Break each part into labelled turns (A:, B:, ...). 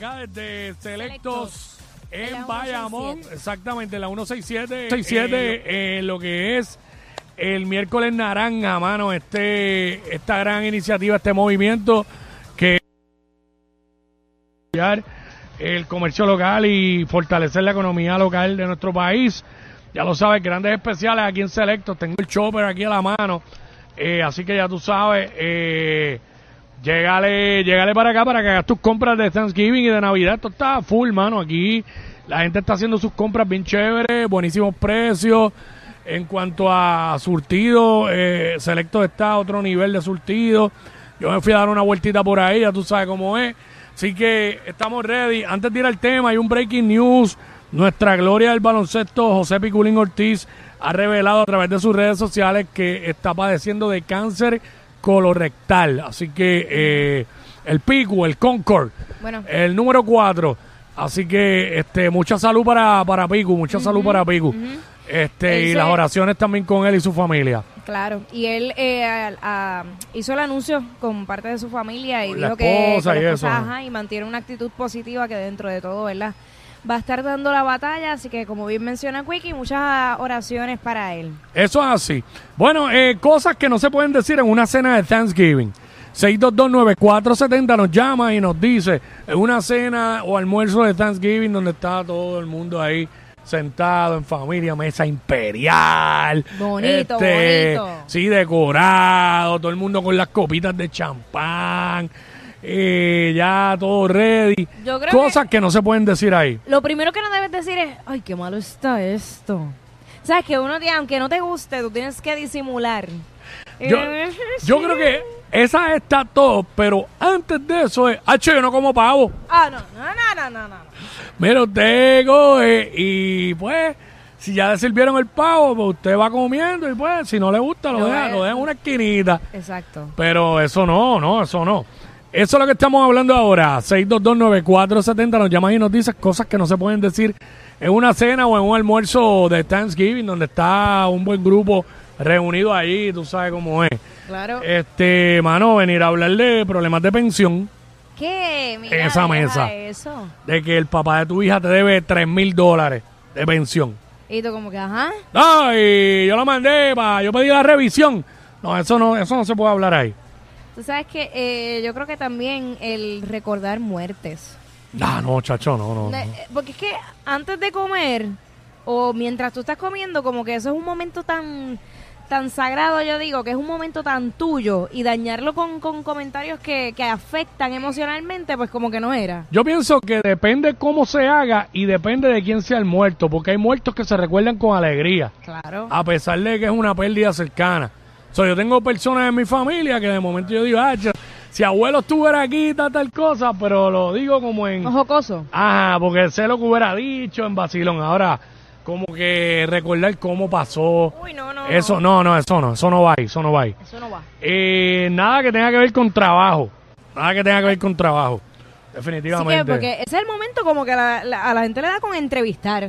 A: Acá desde Selectos en
B: la 167.
A: Bayamón, exactamente, la 167. 67, eh, lo que es el miércoles naranja, mano, este esta gran iniciativa, este movimiento que apoyar el comercio local y fortalecer la economía local de nuestro país. Ya lo sabes, grandes especiales aquí en Selectos, tengo el chopper aquí a la mano, eh, así que ya tú sabes, eh, Llegale, llegale para acá para que hagas tus compras de Thanksgiving y de Navidad. Esto está full, mano. Aquí la gente está haciendo sus compras bien chéveres, buenísimos precios. En cuanto a surtido, eh, Selecto está a otro nivel de surtido. Yo me fui a dar una vueltita por ahí, ya tú sabes cómo es. Así que estamos ready. Antes de ir al tema, hay un breaking news. Nuestra gloria del baloncesto, José Piculín Ortiz, ha revelado a través de sus redes sociales que está padeciendo de cáncer colorectal. Así que eh, el Pico, el Concord,
B: Bueno.
A: el número 4. Así que este mucha salud para, para Pico, mucha salud para Pico. Este,
B: Él
A: y
B: se-
A: las oraciones también con él y su familia.
B: Claro, y él eh, al- a- hizo el anuncio con parte de su familia y
A: Con la
B: dijo que
A: esposa
B: con
A: y
B: la
A: eso,
B: ajá, y mantiene una actitud positiva que dentro de todo, ¿verdad? Va a estar dando la batalla, así que como bien menciona Quickie, muchas oraciones para él.
A: Eso es así. Bueno, eh, cosas que no se pueden decir en una cena de Thanksgiving. 6229470 nos llama y nos dice, en una cena o almuerzo de Thanksgiving donde está todo el mundo ahí sentado en familia, mesa imperial. este,
B: Bonito, bonito.
A: Sí, decorado, todo el mundo con las copitas de champán, eh, ya todo ready.
B: Yo creo
A: Cosas que... no se pueden decir ahí.
B: Lo primero que no debes decir es, ay, qué malo está esto. Sabes que uno, te- aunque no te guste, tú tienes que disimular.
A: Yo,
B: Eh,
A: yo creo que esa está top, pero antes de eso es, ah, che, yo no como pavo.
B: Ah, no, no, no, no, no, no.
A: Mira, usted coge y pues, si ya le sirvieron el pavo, pues usted va comiendo y pues, si no le gusta, lo,
B: Lo
A: deja,
B: es.
A: lo deja en una esquinita.
B: Exacto.
A: Pero eso no, no, eso no. Eso es lo que estamos hablando ahora. 6229470 nos llaman y nos dices cosas que no se pueden decir en una cena o en un almuerzo de Thanksgiving donde está un buen grupo reunido allí, tú sabes cómo es.
B: Claro.
A: Este, mano, venir a hablar de problemas de pensión,
B: ¿Qué? Mira,
A: esa
B: deja
A: mesa.
B: Eso.
A: de que el papá de tu hija te debe 3 mil dólares de pensión.
B: Y tú como que, ajá.
A: Ay, yo la mandé, pa, yo pedí la revisión. No, eso no, eso no se puede hablar ahí.
B: Tú sabes que eh, yo creo que también el recordar muertes.
A: Ah, no, chacho, no, no. no.
B: Eh, eh, Porque es que antes de comer o mientras tú estás comiendo, como que eso es un momento tan tan sagrado, yo digo, que es un momento tan tuyo y dañarlo con, con comentarios que, que afectan emocionalmente, pues como que no era.
A: Yo pienso que depende cómo se haga y depende de quién sea el muerto, porque hay muertos que se recuerdan con alegría,
B: Claro.
A: a pesar de que es una pérdida cercana. O sea, yo tengo personas en mi familia que de momento yo digo, ah, cha, si abuelo estuviera aquí, tal, tal cosa, pero lo digo como en...
B: Jocoso.
A: Ajá, Ah, porque sé lo que hubiera dicho en vacilón. Ahora, como que recordar cómo pasó.
B: Uy, no, no.
A: Eso, no, no, eso no, eso no va ahí, eso no va ahí.
B: Eso no va.
A: Eh, nada que tenga que ver con trabajo. Nada que tenga que ver con trabajo.
B: Así que,
A: Definitivamente.
B: porque ese es el momento como que la- la- a la gente le da con entrevistar.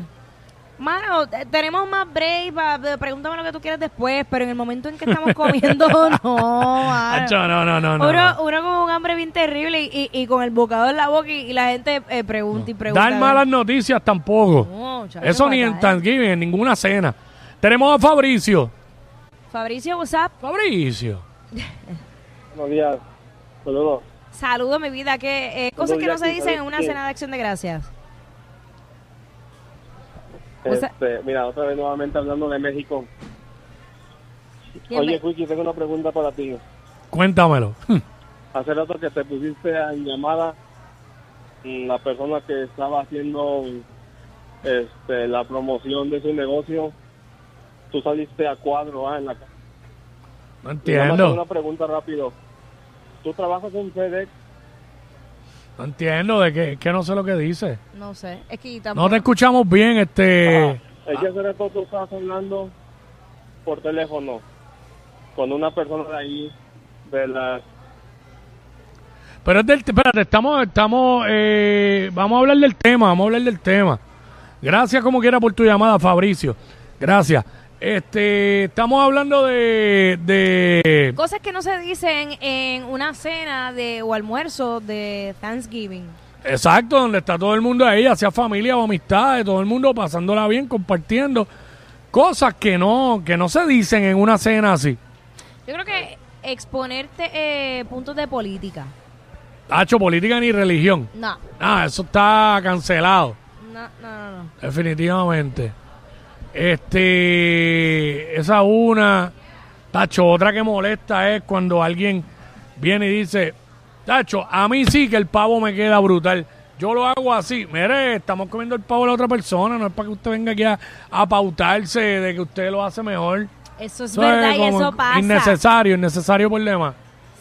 B: Mano, te- tenemos más break, pa- pa- pregúntame lo que tú quieras después, pero en el momento en que estamos comiendo, no, mano.
A: Acho, no, no, no, no,
B: Uno,
A: no.
B: uno con un hambre bien terrible y, y- y con el bocado en la boca y, y la gente eh, pregunta y pregunta.
A: Dar malas noticias tampoco.
B: No, chacho, eh.
A: eso ni
B: fatal.
A: en Thanksgiving, en ninguna cena. Tenemos a Fabricio.
B: Fabricio, WhatsApp,
A: Fabricio.
C: Buenos días. Saludos.
B: saludo mi vida, que eh, cosas que no se dicen en una cena de acción de gracias. O sea-
C: Este, mira, otra vez nuevamente hablando de México.
B: Bien,
C: Oye,
B: ve-
C: Quickie, tengo una pregunta para ti.
A: Cuéntamelo.
C: Hace rato que te pusiste en llamada, mm, la persona que estaba haciendo este, la promoción de su negocio, tú saliste a cuadro ah, en la ca-
A: No
C: Nada más tengo
A: entiendo.
C: Una pregunta rápido. ¿Tú trabajas en FedEx?
A: No entiendo, de que, que no sé lo que dice.
B: No sé. Es que
A: No
B: tampoco.
A: te escuchamos bien, este.
C: Es que hace rato tú estabas hablando por teléfono con una persona de ahí, de las...
A: Pero es del. Espérate, estamos. estamos eh, vamos a hablar del tema, vamos a hablar del tema. Gracias, como quiera, por tu llamada, Fabricio. Gracias. Este, estamos hablando de. de
B: Cosas que no se dicen en una cena de, o almuerzo de Thanksgiving.
A: exacto, donde está todo el mundo ahí, ya sea familia o amistades, todo el mundo pasándola bien, compartiendo. Cosas que no, que no se dicen en una cena así.
B: Yo creo que exponerte eh, puntos de política.
A: Hacho, política ni religión.
B: No,
A: Ah, eso está cancelado.
B: no, no, no. no.
A: Definitivamente. Este, esa una, Tacho, otra que molesta es cuando alguien viene y dice, Tacho, a mí sí que el pavo me queda brutal. Yo lo hago así. Mire, estamos comiendo el pavo de la otra persona, no es para que usted venga aquí a, a pautarse de que usted lo hace mejor.
B: Eso es verdad y
A: como
B: eso pasa.
A: Innecesario, innecesario por demás.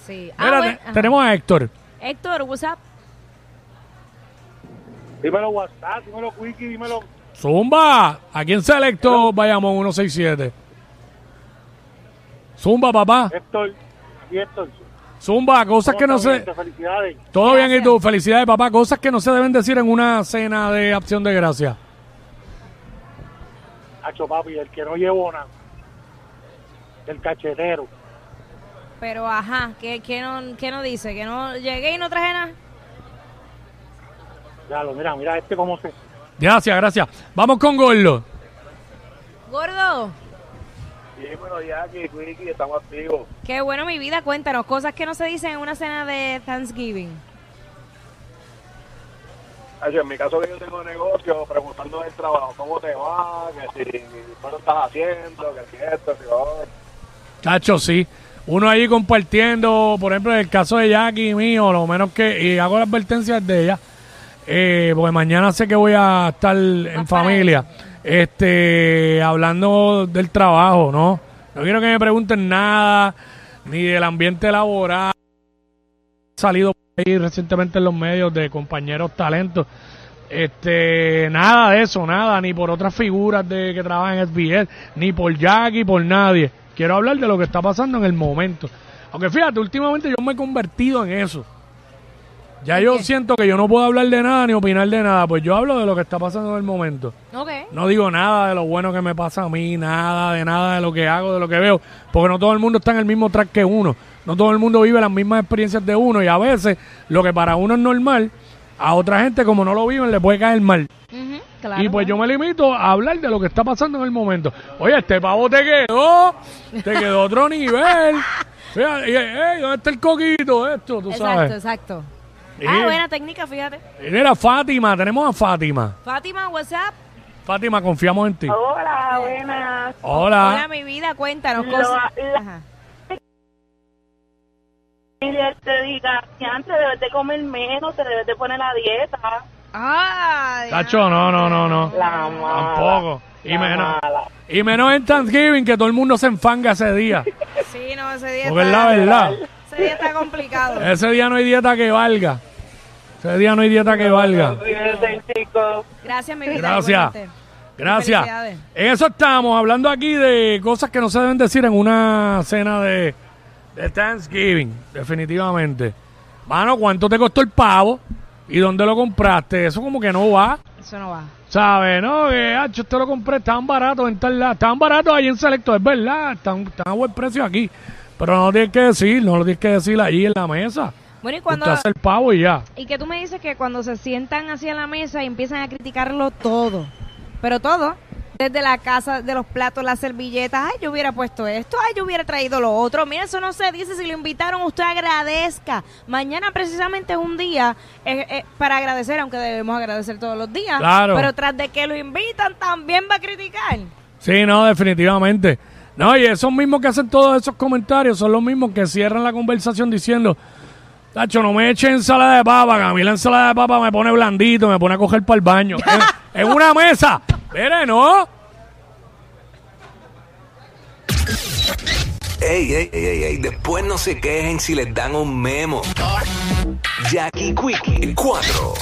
B: Sí. Ah,
A: Mira,
B: bueno,
A: te-
B: ajá.
A: tenemos a Héctor.
B: Héctor, WhatsApp.
C: Dímelo WhatsApp, dímelo Wiki, dímelo...
A: Zumba, aquí en Selecto, vayamos 167. Zumba, papá.
C: Héctor, y Héctor.
A: Zumba, cosas que no se...
C: Felicidades.
A: Todo bien y
B: Gracias.
A: tú, felicidades papá, cosas que no se deben decir en una cena de acción de gracia.
C: Hacho papi, el que no llevó nada. El cachetero.
B: Pero ajá, ¿qué, qué no, qué no dice? Que no llegué y no traje nada.
C: Ya lo, mira, mira este cómo se...
A: Gracias, gracias. Vamos con Gordo.
B: Gordo,
C: Dímelo ya, que Wiki, estamos activos.
B: qué bueno mi vida, cuéntanos cosas que no se dicen en una cena de Thanksgiving.
C: Hacho, en mi caso que yo tengo negocio, preguntando del trabajo, ¿cómo te va? Que si, ¿Cuánto estás haciendo? Que si esto, que lo otro.
A: Chacho, sí. Uno ahí compartiendo, por ejemplo, en el caso de Jackie mío, lo menos que, y hago las advertencias de ella, eh, porque mañana sé que voy a estar en
B: para
A: familia, este, hablando del trabajo, ¿no? No quiero que me pregunten nada, ni del ambiente laboral. He salido por ahí recientemente en los medios de compañeros talentos. Este, nada de eso, nada, ni por otras figuras de que trabajan en SBS, ni por Jackie, por nadie. Quiero hablar de lo que está pasando en el momento. Aunque fíjate, últimamente yo me he convertido en eso. Ya yo
B: qué?
A: siento que yo no puedo hablar de nada ni opinar de nada, pues yo hablo de lo que está pasando en el momento.
B: Ok.
A: No digo nada de lo bueno que me pasa a mí, nada de nada de lo que hago, de lo que veo, porque no todo el mundo está en el mismo track que uno. No todo el mundo vive las mismas experiencias de uno y a veces lo que para uno es normal, a otra gente como no lo viven le puede caer mal.
B: Ujú, claro.
A: y pues yo me limito a hablar de lo que está pasando en el momento. Oye, este pavo te quedó, te quedó otro nivel. Fíjate, y, "Ey, ¿Dónde está el coquito? Esto, tú
B: Exacto,
A: sabes.
B: exacto.
A: Y-
B: Ah, buena técnica, fíjate.
A: y Mira, Fátima, tenemos a Fátima.
B: Fátima, WhatsApp.
A: Fátima, confiamos en ti.
D: Hola, buenas.
B: Hola, mi vida, cuéntanos
D: Lo-
B: cosas.
D: la-
B: Ajá.
D: Familia te diga, antes debes de comer menos, te debes de poner a dieta.
B: Ay,
A: Cacho, no, no, no, no.
D: La mala.
A: Tampoco. Y
D: la
A: menos,
D: mala.
A: y menos en Thanksgiving, que todo el mundo se enfanga ese día.
B: Sí, no, ese día
A: Porque es
B: está,
A: la verdad.
B: Ese día está complicado.
A: Ese día no hay dieta que valga. Ese día no hay dieta que valga.
D: Cuídense, chicos.
B: Gracias, mi vida.
A: Gracias.
B: igualmente.
A: Gracias.
B: Felicidades.
A: En eso estamos, hablando aquí de cosas que no se deben decir en una cena de, de Thanksgiving, definitivamente. Mano, ¿cuánto te costó el pavo? ¿Y dónde lo compraste? Eso como que no va.
B: Eso no va.
A: ¿Sabes? No, que ah, yo te lo compré tan barato en tal lado. Tan barato ahí en Selecto, es verdad. Están, están a buen precio aquí. Pero no lo tienes que decir, no lo tienes que decir allí en la mesa.
B: Bueno, y
A: Cuando...
B: cuando...
A: Usted hace el pavo y ya.
B: Y que tú me dices que cuando se sientan hacia la mesa y empiezan a criticarlo todo, pero todo, desde la casa, de los platos, las servilletas, ay, yo hubiera puesto esto, ay, yo hubiera traído lo otro, mira, eso no se dice, si lo invitaron, usted agradezca. Mañana precisamente es un día eh, eh, para agradecer, aunque debemos agradecer todos los días,
A: Claro.
B: pero tras de que lo invitan también va a criticar.
A: Sí, no, definitivamente. No, y esos mismos que hacen todos esos comentarios son los mismos que cierran la conversación diciendo, Tacho, no me eche ensalada de papa, que a mí la ensalada de papa me pone blandito, me pone a coger para el baño. en, en una mesa. Mire, no.
E: Ey, ey, ey, ey, ey, después no se quejen si les dan un memo. Jackie Quickie 4.